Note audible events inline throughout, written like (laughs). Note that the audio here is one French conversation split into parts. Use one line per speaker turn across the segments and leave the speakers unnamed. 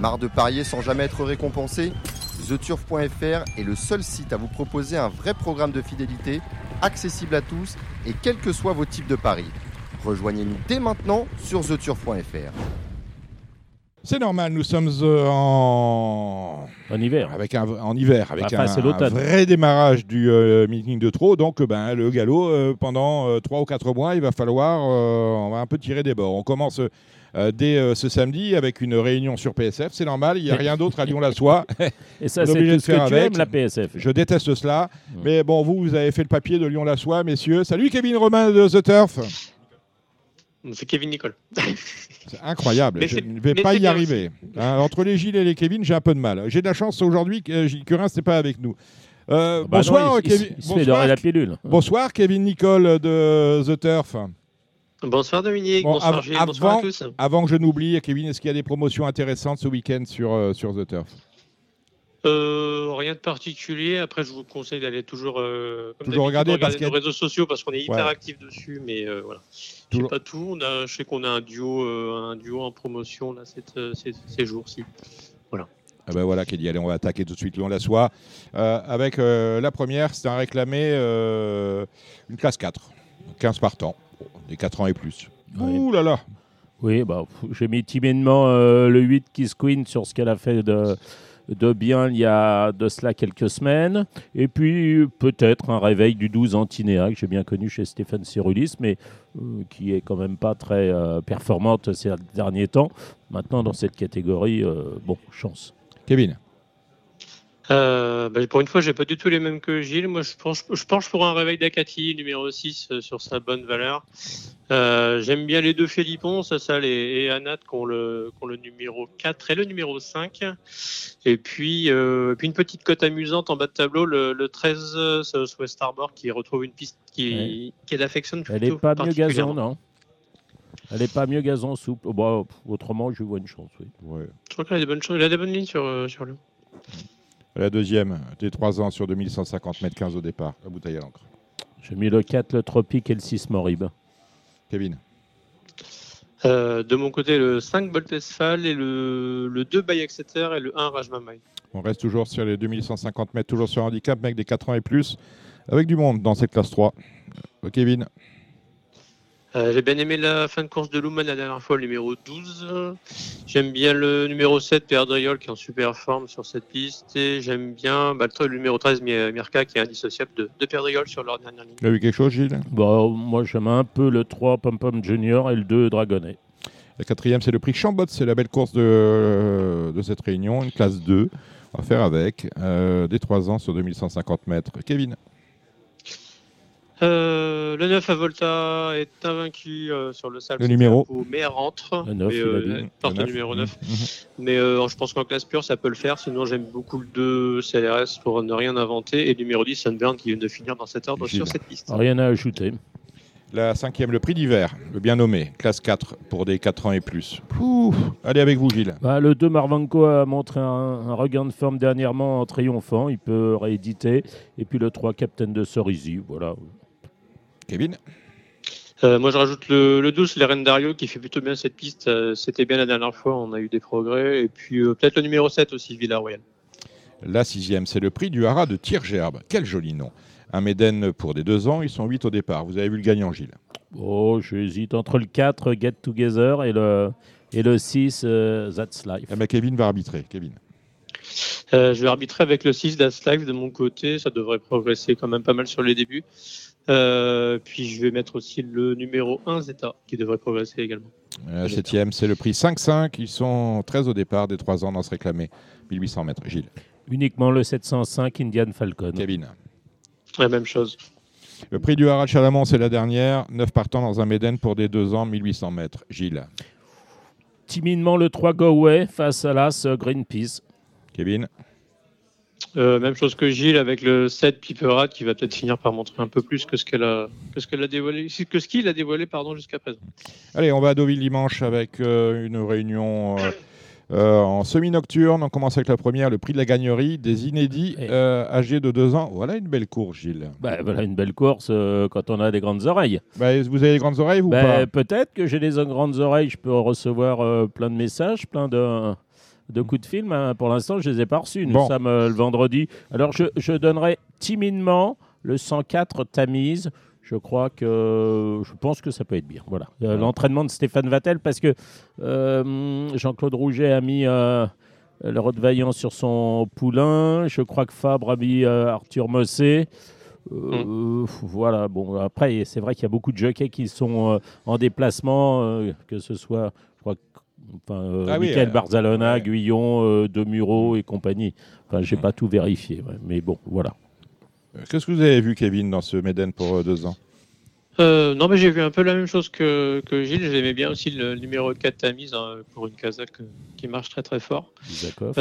Marre de parier sans jamais être récompensé TheTurf.fr est le seul site à vous proposer un vrai programme de fidélité, accessible à tous et quels que soient vos types de paris. Rejoignez-nous dès maintenant sur TheTurf.fr.
C'est normal, nous sommes euh, en...
En hiver.
Avec un, en hiver, avec
Enfin,
un,
c'est
un
l'automne.
vrai démarrage du euh, meeting de trop. Donc, euh, ben, le galop, euh, pendant 3 ou 4 mois, il va falloir, euh, on va un peu tirer des bords. On commence euh, euh, dès euh, ce samedi avec une réunion sur PSF. C'est normal, il n'y a rien d'autre à Lyon-la-Soie.
Et ça,
On est
c'est
obligé
tout
de
ce que
faire
tu
avec.
aimes, la PSF.
Je déteste cela.
Mm.
Mais bon, vous, vous avez fait le papier de Lyon-la-Soie, messieurs. Salut Kevin Romain de The Turf.
C'est Kevin Nicole. (laughs)
C'est incroyable.
Mais
je
c'est-
ne vais
mais
pas
c'est
y
bien
arriver. Hein, entre les Gilles et les Kevin, j'ai un peu de mal. J'ai de la chance aujourd'hui que euh, Gilles Curin, c'est pas avec nous. Euh,
Bah non,
bonsoir,
il, il-
Kevin.
il se fait dorer
Bonsoir,
la pilule.
bonsoir, Kevin Nicole de The Turf.
Bonsoir Dominique,
Bon,
bonsoir
av-
Gilles, bonsoir
avant-
à tous.
Avant que je n'oublie, Kevin, est-ce qu'il y a des promotions intéressantes ce week-end sur, euh, sur The Turf
Euh, rien de particulier. Après, je vous conseille d'aller toujours, euh, comme
Toujours
d'habitude,
regarder parce qu'il y a-
nos réseaux sociaux parce qu'on est hyper
Ouais.
actifs dessus. Mais euh, voilà, je sais
Toujours-
pas tout. On a, je sais qu'on a un duo, euh, un duo en promotion là cette, euh, ces, ces jours-ci.
Ah ben voilà, Kelly, allez, on va attaquer tout de suite Lyon la soie. Euh, avec euh, la première, c'est un réclamé, euh, une classe 4, 15 partants, Bon, des 4 ans et plus.
Ouais.
Ouh là là
Oui, bah, pff, j'ai mis timidement euh, le 8 qui se queen sur ce qu'elle a fait de, de bien il y a de cela quelques semaines. Et puis euh, peut-être un réveil du 12 Antinéa que j'ai bien connu chez Stéphane Cyrulis, mais euh, qui est quand même pas très euh, performante ces derniers temps. Maintenant, dans cette catégorie, euh, bon, chance.
Kevin,
Euh, bah, pour une fois, j'ai pas du tout les mêmes que Gilles. Moi, je penche, je penche pour un réveil d'Akati numéro 6 euh, sur sa bonne valeur. Euh, J'aime bien les deux Félipons, Sassal et, et Anat, qui ont, le, qui ont le numéro 4 et le numéro 5. Et puis, euh, puis une petite cote amusante en bas de tableau, le, le 13 euh, Southwest Starboard, qui retrouve une piste qui, qu'elle affectionne
Elle
plutôt.
n'est pas mieux gazon,
particulièrement.
non Elle n'est pas mieux gazon souple. Bah, pff, autrement, je lui vois une chance, oui.
Je crois qu'elle a des bonnes choses. Elle a des bonnes lignes sur, euh, sur le.
la deuxième, des 3 ans sur 2150 mètres 15 au départ, la bouteille à l'encre.
J'ai mis le 4, le Tropique et le 6 Morib.
Kevin,
Euh, de mon côté, le 5 Boltesfal et le, le 2 Bayexeter et le 1 Rajmamai.
on reste toujours sur les 2150 mètres, toujours sur handicap, mec des 4 ans et plus, avec du monde dans cette classe 3. Euh, Kevin,
Euh, J'ai bien aimé la fin de course de Luman la dernière fois, le numéro 12. J'aime bien le numéro 7, Pierre Doyol, qui est en super forme sur cette piste. Et j'aime bien bah, le tre- le numéro 13, Mi- Mirka, qui est indissociable de, de Pierre Doyol sur leur dernière ligne.
tu as vu quelque chose, Gilles
Bah, moi, j'aime un peu le 3 Pom Pom Junior et le 2 Dragonnet.
La quatrième, c'est le prix Chambot. C'est la belle course euh, de, de cette réunion, une classe 2. On va faire avec. euh, des 3 ans sur 2150 mètres. Kevin,
Euh, le 9 à Volta est invaincu euh, sur le sable.
Le numéro.
Mais elle rentre.
Le 9,
mais,
il a
euh,
dit.
elle porte
Le
le
neuf.
numéro 9.
Mhm.
Mais euh, je pense qu'en classe pure, ça peut le faire. Sinon, j'aime beaucoup le 2 CLRS pour ne rien inventer. Et le numéro 10, Sunburn, qui vient de finir dans cet ordre
Gilles.
sur cette piste.
Rien à ajouter.
la cinquième, le prix d'hiver, le bien nommé, classe 4 pour des 4 ans et plus. Ouh, allez avec vous, Gilles.
Bah, le 2 Marvanko a montré un, un regain de forme dernièrement en triomphant. Il peut rééditer. Et puis le 3 Captain de Cerisi. Voilà.
Kevin,
Euh, moi, je rajoute le, le 12, les Reines Dario, qui fait plutôt bien cette piste. Euh, C'était bien la dernière fois, on a eu des progrès. Et puis, euh, peut-être le numéro 7 aussi, Villarroel.
la sixième, c'est le prix du haras de Tirgerbe. Quel joli nom. Un Méden pour des 2 ans, ils sont 8 au départ. Vous avez vu le gagnant, Gilles.
Oh, j'hésite entre le 4 Get Together et le, et le 6 euh, That's Life.
Eh ben, Kevin va arbitrer. Kevin.
Euh, je vais arbitrer avec le 6 Das Life de mon côté. Ça devrait progresser quand même pas mal sur les débuts. Euh, puis, je vais mettre aussi le numéro 1 Zeta, qui devrait progresser également.
La septième, c'est le prix 5-5. Ils sont 13 au départ, des 3 ans dans ce réclamé. 1800 mètres. Gilles.
Uniquement le 705 Indian Falcon.
Kevin.
La même chose.
Le prix du Harald Chalamont, c'est la dernière. 9 partants dans un Méden pour des 2 ans, 1800 mètres. Gilles,
Timidement le 3 Goway face à l'As euh, Greenpeace.
Kevin,
Euh, même chose que Gilles avec le 7 Piperat qui va peut-être finir par montrer un peu plus que ce qu'elle a, que ce qu'elle a dévoilé, que ce qu'il a dévoilé pardon jusqu'à présent.
Allez, on va à Deauville dimanche avec euh, une réunion euh, euh, en semi-nocturne. On commence avec la première, le prix de la gagnerie des inédits
Et-
euh, âgés de 2 ans. Voilà une belle course, Gilles.
Bah, voilà une belle course euh, quand on a des grandes oreilles.
Bah, vous avez les grandes oreilles ou pas
Ben, Peut-être que j'ai des grandes oreilles, je peux recevoir euh, plein de messages, plein de, de coups de film. hein. Pour l'instant, je ne les ai pas reçus. Nous
Bon.
sommes euh, le vendredi. Alors, je, je donnerai timidement le 104 Tamise. Je crois que je pense que ça peut être bien. Voilà, Euh, l'entraînement de Stéphane Vattel parce que euh, Jean-Claude Rouget a mis euh, le Vaillant sur son poulain. Je crois que Fabre a mis euh, Arthur Mossé.
Mm.
Euh, Voilà, bon, après, c'est vrai qu'il y a beaucoup de jockeys qui sont euh, en déplacement, euh, que ce soit, je crois, que- enfin, euh,
Ah oui,
Michael
euh,
Barzalona,
ouais. Mm.
Guyon, euh, Demuro et compagnie. Enfin, j'ai pas tout vérifié, ouais, mais bon, voilà.
Euh, Qu'est-ce que vous avez vu, Kevin, dans ce Méden pour euh, deux ans
Euh, non, mais j'ai vu un peu la même chose que, que Gilles. J'aimais bien aussi le numéro 4 Tamise hein, pour une casaque euh, qui marche très très fort.
Isakov.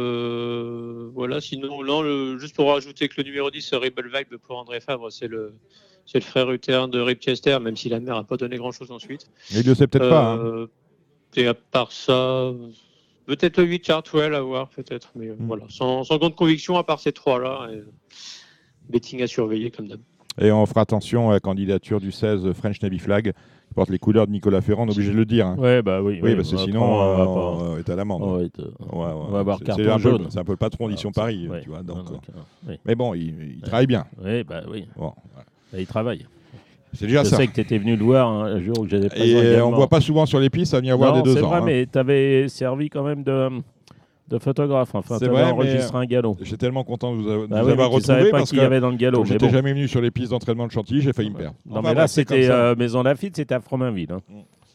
Euh, voilà, sinon, non, le- juste pour rajouter que le numéro 10, Rebel Vibe pour André Favre, c'est le, c'est le frère utérin de Ripchester, même si la mère n'a pas donné grand chose ensuite.
Il le sait peut-être pas. hein.
Euh, Et à part ça, peut-être le 8 Chartwell à voir, peut-être. Mais euh,
Mm.
voilà, sans, sans grande conviction, à part ces trois-là. et, euh, Betting à surveiller comme d'hab.
Et on fera attention à la candidature du 16 French Navy Flag, qui porte les couleurs de Nicolas Ferrand, on est obligé de le dire. hein.
Ouais, bah oui.
Oui,
oui,
parce
on
que
va
sinon,
prendre- on va
euh,
pas-
on est à l'amende.
on va être-
Ouais, ouais.
On va avoir
C'est-
carton
c'est un peu-
jaune.
C'est un peu le patron d'Ition
Ah,
Paris,
ouais.
tu vois. donc,
Ah,
euh,
donc, euh, oui.
Mais bon, il, il
Ouais.
travaille bien.
Oui, bah oui,
Bon,
Bah, il travaille.
c'est déjà
je
ça.
sais que tu étais venu le voir hein, un jour où j'étais présent.
Et on
également.
voit pas souvent sur les pistes à venir voir
Non,
des deux
c'est
ans.
vrai,
hein.
mais tu avais servi quand même de, de photographe. Enfin,
C'est
tu avais
vrai, mais-
enregistré un galop.
J'étais tellement content de vous, avoir- de
Bah
vous
oui,
avoir
mais tu savais
retrouvé
pas
parce
qui y
que
avait dans le galop.
quand
Mais
j'étais
bon.
jamais venu sur les pistes d'entraînement de Chantilly, j'ai failli me perdre.
Non,
Enfin,
mais là,
bref, c'est comme
c'était
ça.
euh, Maison Lafitte, c'était à Fromainville. hein.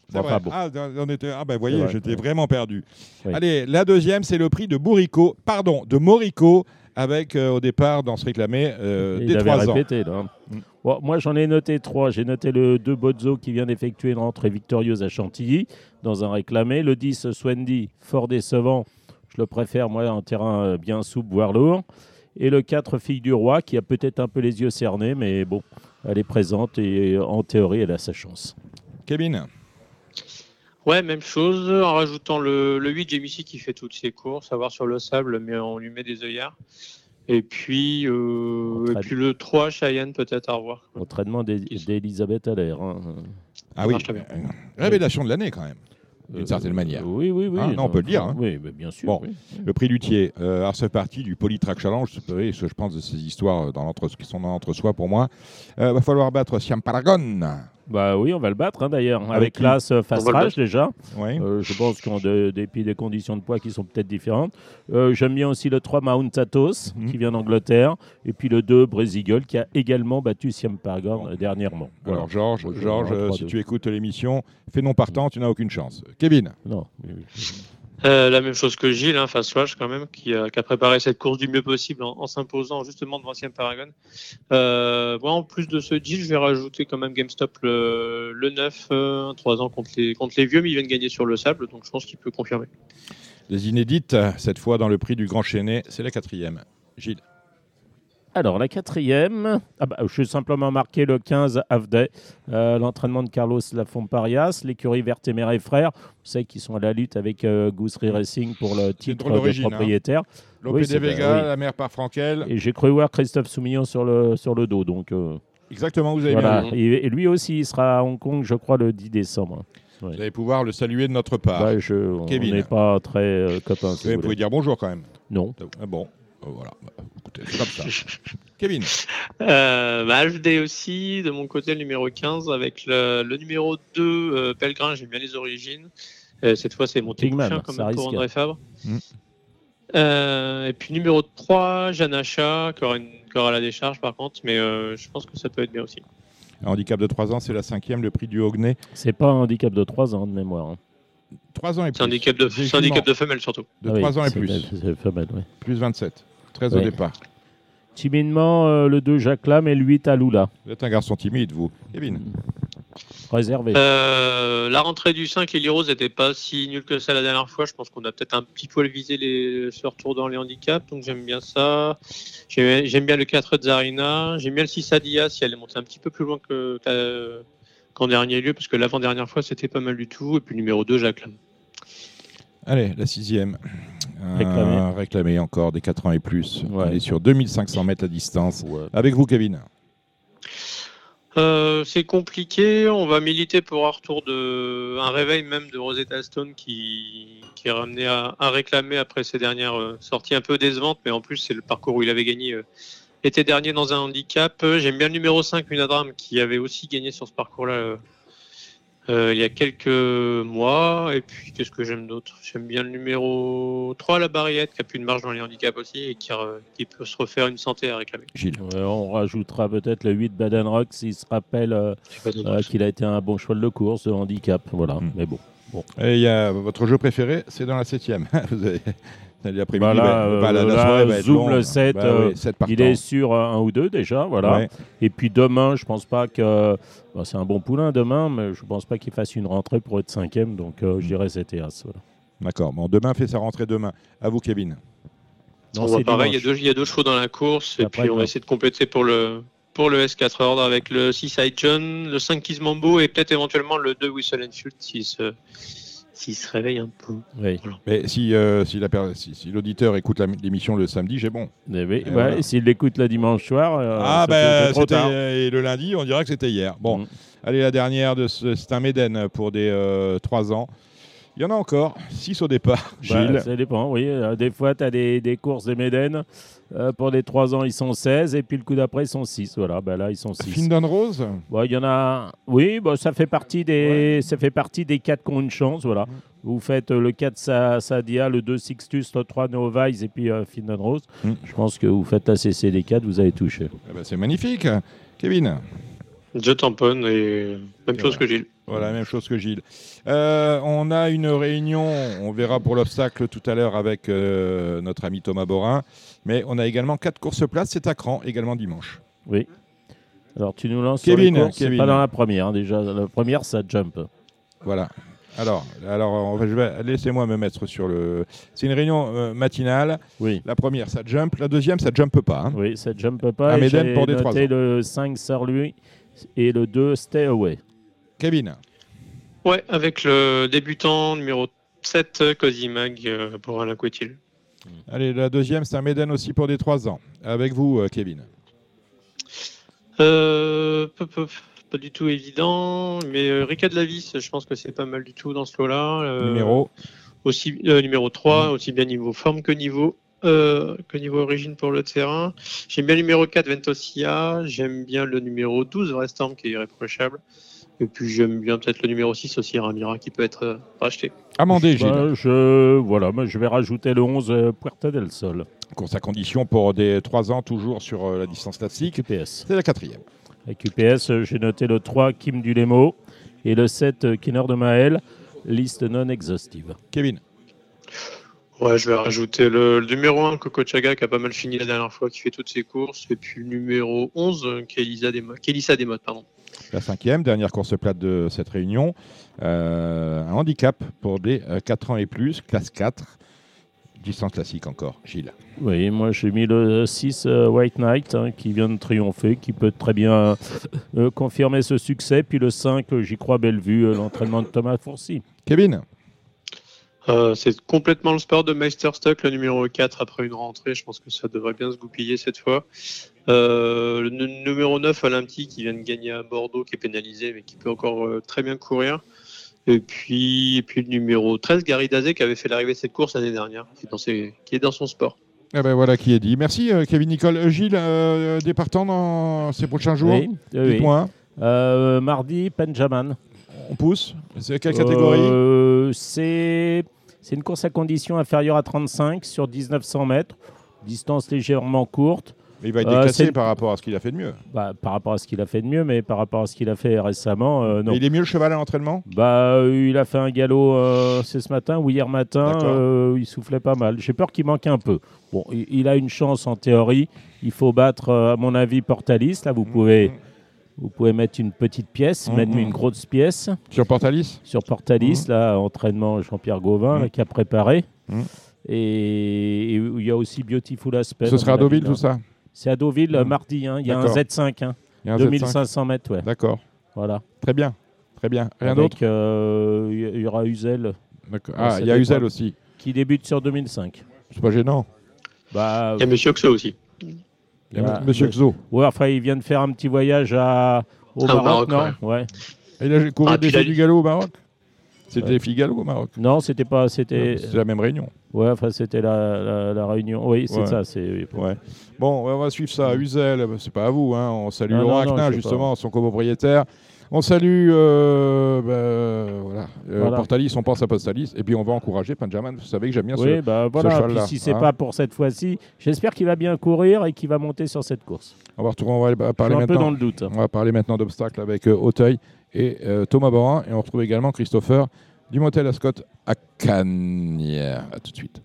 C'est
Bon,
vrai.
enfin, bon.
Ah, on était... ah ben
C'est
voyez,
vrai,
j'étais
ouais.
vraiment perdu.
Oui.
Allez, la deuxième, c'est le prix de Bourrico, pardon, de Morico, avec euh, au départ dans ce réclamé euh,
Il
des
avait
trois ans.
répété. là.
Mm.
Bon, moi, j'en ai noté trois. J'ai noté le 2 Bozzo qui vient d'effectuer une rentrée victorieuse à Chantilly dans un réclamé. Le 10 Swendy, fort décevant. Je le préfère, moi, en terrain euh, bien souple, voire lourd. Et le 4 Fille du Roi qui a peut-être un peu les yeux cernés, mais bon, elle est présente et euh, en théorie, elle a sa chance.
Kevin,
Ouais, même chose. En rajoutant le, le 8, j'ai mis ici qui fait toutes ses courses, à voir sur le sable, mais on lui met des œillères. Et puis, euh, et
Entraide.
puis le 3, Cheyenne, peut-être à revoir.
Entraînement d'E- d'Elisabeth Allaire. hein.
ah oui,
marche très bien.
euh, révélation de l'année quand même. D'une
Euh,
certaine manière.
Oui, oui, oui.
Hein, non, on peut le dire, hein.
Oui, mais bien sûr.
Bon.
oui.
Le prix Luthier, euh, alors c'est parti du Polytrack Challenge, vous savez, ce que je pense de ces histoires euh, dans l'entre qui sont dans l'entre-soi pour moi. Euh, va falloir battre Siam Paragon.
Bah oui, on va le battre hein, d'ailleurs. Avec,
Avec Ah, qui
classe euh, fast
On va le
trash, déjà.
Oui.
Euh, je pense qu'en de- dépit des conditions de poids qui sont peut-être différentes. Euh, J'aime bien aussi le 3 Mount Athos
Mhm.
qui vient d'Angleterre. Et puis le 2 Brésigol qui a également battu Siam Paragon
Bon.
euh, dernièrement. Voilà.
Alors Georges,
Moi, je
Georges,
vois
euh,
trois,
si
deux.
tu écoutes l'émission, fais non partant, tu n'as aucune chance. Kevin,
Non, oui, oui.
Euh, la même chose que Gilles, hein, Fast Flash quand même, qui a, qui a préparé cette course du mieux possible en, en s'imposant justement devant Siam Paragon. Euh, moi, en plus de ce Gilles, je vais rajouter quand même GameStop le, le 9, euh, 3 ans contre les, contre les vieux, mais il vient de gagner sur le sable, donc je pense qu'il peut confirmer.
des inédites, euh, cette fois dans le prix du Grand Chénet, c'est la quatrième. Gilles.
Alors, la quatrième, ah bah, je suis simplement marqué le 15 Avday, euh, l'entraînement de Carlos Lafont-Parias, l'écurie Verte et Mère et Frères. Vous savez qu'ils sont à la lutte avec euh, Goosery Racing pour le titre
drôle
de
d'origine, hein.
propriétaire.
Lopé
Oui,
de
c'est vrai,
Vega,
oui.
la mère par Frankel.
Et j'ai cru voir Christophe Soumillon sur le, sur le dos. Donc, euh,
Exactement, vous avez bien hein.
voilà.
vu.
raison.
Et, et lui aussi, il sera à Hong Kong, je crois, le 10 décembre.
Vous allez pouvoir le saluer de notre part.
Bah, je- on
Ah, Kevin.
n'est pas très euh, copains. si
Oui, vous
vous
pouvez
voulez.
dire bonjour quand même.
Non.
Ah bon, euh, voilà. Bah, écoutez, c'est comme ça.
(laughs)
Kevin,
Euh, bah, HD aussi, de mon côté, le numéro 15, avec le, le numéro 2, euh, Pellegrin, j'aime bien les origines. Euh, cette fois, c'est monté
Kingman,
Couchin, comme
ça
pour
risque.
André Fabre.
Mm.
Euh, et puis numéro 3, Janacha, qui aura, une, qui aura la décharge par contre, mais euh, je pense que ça peut être bien aussi.
un handicap de 3 ans, c'est la cinquième, le prix du Hogné.
C'est pas un handicap de 3 ans de mémoire. hein.
3 ans et plus.
C'est un handicap de,
Effectivement,
c'est un handicap de femelle surtout.
de
Ah oui,
3 ans et
c'est-
plus.
C'est pas mal, oui.
Plus 27. 13 au
Ouais.
départ.
Timidement, euh, le 2 Jacques Lame et le 8 Aloula.
Vous êtes un garçon timide, vous. Kevin.
Réservé.
Euh, la rentrée du 5, Lily Rose n'était pas si nulle que ça la dernière fois. Je pense qu'on a peut-être un petit poil visé les, ce retour dans les handicaps, donc j'aime bien ça. J'aime j'aime bien le 4 Zarina. J'aime bien le 6 Adia si elle est montée un petit peu plus loin que- qu'à- qu'en dernier lieu, parce que l'avant-dernière fois c'était pas mal du tout. Et puis le numéro 2, Jacques Lame.
Allez, la sixième. Un
Réclamé.
réclamé encore des 4 ans et plus.
Ouais.
Euh. On est sur 2500 mètres à distance.
Ouais.
Avec vous, Kevin.
Euh, c'est compliqué. On va militer pour un retour de un réveil même de Rosetta Stone qui, qui est ramené à, à réclamer après ses dernières euh, sorties un peu décevantes, mais en plus c'est le parcours où il avait gagné euh, l'été dernier dans un handicap. Euh, J'aime bien le numéro 5 Munadram qui avait aussi gagné sur ce parcours-là euh, euh, il y a quelques mois. Et puis qu'est-ce que j'aime d'autre J'aime bien le numéro 3 la Barriette qui a plus de marge dans les handicaps aussi et qui, re- qui peut se refaire une santé à réclamer.
Gilles.
Ouais, Euh, on rajoutera peut-être le 8 Baden Rock s'il se rappelle euh, euh, qu'il a été un bon cheval de course, de handicap. Voilà,
Mm.
mais bon.
Et il y a votre jeu préféré, c'est dans la septième. (laughs) Vous avez l'après-midi,
Bah là,
va- va- la-
euh,
la
là,
soirée va être
zoom
longue. Ben
le sept, euh,
oui, sept
Il
partants.
est sur euh, un ou deux déjà, voilà.
Ouais.
Et puis demain, je pense pas que. bah, c'est un bon poulain demain, mais je pense pas qu'il fasse une rentrée pour être cinquième, donc euh, je dirais c'était As. Voilà.
D'accord. Bon, demain fait sa rentrée demain. À vous, Kevin.
Non,
on voit
c'est
pareil, il y, a
dimanche.
deux, il y a deux chevaux dans la course, et
Après,
puis on
quoi.
va essayer de compléter pour le, pour le S4 Ordre avec le 6 Eye John, le 5 Kizmambo et peut-être éventuellement le 2 Whistle and Shoot s'il se, s'il se réveille un peu.
Oui.
Mais si, euh, si la per- si- si l'auditeur écoute la- l'émission le samedi, j'ai bon.
Eh
Et
oui, ouais,
voilà.
S'il l'écoute le dimanche soir, euh,
ah
ça Bah, peut- c'est
ben
trop
c'était
tard.
euh, et le lundi, on dirait que c'était hier. Bon,
Mm.
allez la dernière de ce, c'est un Méden pour des 3 ans. Il y en a encore 6 au départ.
Bah,
Gilles.
ça dépend, oui. Euh, Des fois, tu as des, des courses des Médènes. Euh, pour les 3 ans, ils sont 16. Et puis le coup d'après, ils sont 6. Voilà, bah, là, ils sont 6.
Findon Rose.
Bon, Bah, Il y en a. Oui, bah, ça, fait partie des... ça fait partie des 4 qui ont une chance. Voilà. Vous faites euh, le 4 Sa- Sadia, le 2 Sixtus, le 3 Novaise et puis euh, Findon Rose.
Mm.
Je pense que vous faites la CC des 4, vous avez touché.
Eh ben, c'est magnifique. Kevin.
Je tamponne et même chose
voilà.
que Gilles.
Voilà, même chose que Gilles. Euh, on a une réunion, on verra pour l'obstacle tout à l'heure avec euh, notre ami Thomas Borin. Mais on a également quatre courses places, c'est à Cran, également dimanche.
Alors tu nous lances sur
Kevin,
les courses. C'est
Kevin.
pas dans la première hein, déjà. La première, ça jump.
Voilà. Alors, alors on va- je vais- laissez-moi me mettre sur le. C'est une réunion euh, matinale.
Oui.
La première, ça jump. La deuxième, ça jump pas. hein.
Oui, ça jump
Un
pas. et
Médène
j'ai
pour des trois ans.
noté le 5 Sarlui et le 2 Stay Away.
Kevin,
Ouais, avec le débutant numéro 7, Cosimag euh, pour Alain Coutil.
allez, la deuxième, c'est un Méden aussi pour des 3 ans. Avec vous, euh, Kevin.
Euh, peu, peu, pas du tout évident, mais euh, Ricard de la Vis, je pense que c'est pas mal du tout dans ce lot-là. Euh,
Numéro.
aussi euh, numéro 3, aussi bien niveau forme que niveau euh, que niveau origine pour le terrain. J'aime bien le numéro 4 Ventosia, j'aime bien le numéro 12 Restorm qui est irréprochable. Et puis j'aime bien peut-être le numéro 6 aussi Ramira qui peut être euh, racheté.
Amendé, Gilles.
Bah, je, voilà, moi, je vais rajouter le 11 euh, Puerta del Sol,
Course à condition pour des 3 ans, toujours sur euh, la distance classique.
QPS.
C'est la quatrième.
Avec QPS, euh, j'ai noté le 3 Kim du Lemo et le 7 euh, Kinner de Maël, liste non exhaustive.
Kevin.
Ouais, je vais rajouter le, le numéro 1 Coco Chaga qui a pas mal fini la dernière fois, qui fait toutes ses courses. Et puis le numéro 11 euh, qui est Elisa Desmo- qui est Elisa Desmottes, pardon.
La cinquième, dernière course plate de cette réunion. Euh, un handicap pour des 4 ans et plus, classe 4. Distance classique encore, Gilles.
Oui, moi j'ai mis le 6 euh, White Knight hein, qui vient de triompher, qui peut très bien euh, euh, confirmer ce succès. Puis le 5, euh, j'y crois, Bellevue, euh, l'entraînement de Thomas Fourcy.
Kevin,
Euh, c'est complètement le sport de Meisterstock, le numéro 4 après une rentrée. Je pense que ça devrait bien se goupiller cette fois. Euh, le nu- numéro 9, Olympique, qui vient de gagner à Bordeaux, qui est pénalisé, mais qui peut encore euh, très bien courir. Et puis, et puis le numéro 13, Gary Dazé, qui avait fait l'arrivée de cette course l'année dernière, qui est dans, ses- qui est dans son sport.
eh ben voilà qui est dit. Merci euh, Kevin Nicole. Euh, Gilles, euh, départant dans ces prochains jours.
Oui, euh, oui.
Dites-moi,
Euh, mardi, Benjamin.
on pousse. C'est quelle catégorie
Euh, C'est c'est une course à condition inférieure à 35 sur 1900 mètres, distance légèrement courte
Il va être
euh,
déclassé
c'est-
par rapport à ce qu'il a fait de mieux.
bah, par rapport à ce qu'il a fait de mieux, mais par rapport à ce qu'il a fait récemment, euh, non.
Mais Il est mieux le cheval à l'entraînement
Bah, euh, il a fait un galop, euh, c'est ce matin ou hier matin,
D'accord.
euh, il soufflait pas mal. J'ai peur qu'il manque un peu. Bon, il, il a une chance en théorie. Il faut battre, euh, à mon avis, Portalis. Là, vous pouvez,
Mhm.
vous pouvez mettre une petite pièce,
Mhm.
mettre une grosse pièce.
Sur Portalis
sur Portalis, là, entraînement Jean-Pierre Gauvin,
Mhm.
là, qui a préparé.
Mhm.
Et et il y a aussi Beautiful Aspect.
Ce sera à
mon avis,
Deauville
là.
tout ça
C'est à Deauville euh,
Mhm.
mardi. hein. Il y a un
D'accord.
Z5, hein.
Il y a un Z5.
2500 mètres, ouais.
D'accord.
Voilà.
Très bien. Très bien. Rien
Avec,
d'autre
euh, Il y- il y aura Uzel
D'accord.
ouais,
Ah,
ça
il y a
dépend.
Uzel aussi.
qui débute sur 2005.
C'est pas gênant.
Bah,
Il y a Monsieur Oxo aussi.
Il y a
bah,
Monsieur
mais-
Xo.
ouais, enfin, il vient de faire un petit voyage à, Au
Ah, au
Maroc,
Maroc,
non Ouais.
Et là, j'ai couru
Ah,
des
puis
filles
la-
du galop au Maroc. C'était
Ouais.
les filles galop au Maroc. Ah,
Non, c'était pas. C'était.
C'est la même réunion.
Ouais, enfin, c'était la, la, la réunion. Oui, c'est
Ouais.
ça. C'est.
Ouais. Bon, on va suivre ça. Uzel, c'est pas à vous. hein. On salue
Ah,
Laurent
non, non,
Aknin,
je sais
justement, son copropriétaire. On salue euh, bah, voilà, euh,
Voilà.
Portalis, on pense à Portalis. Et puis on va encourager Panjaman. Vous savez que j'aime bien
Oui, bah voilà. Puis
cheval-là,
si c'est
hein.
pas pour cette fois-ci, j'espère qu'il va bien courir et qu'il va monter sur cette course.
ce. On va, retourner, on va aller-
Je
parler
suis un peu
maintenant.
dans le doute. hein.
On va parler maintenant d'obstacles avec euh, Auteuil et euh, Thomas Borin. Et on retrouve également Christopher du motel Ascot à Cagnes. À tout de suite.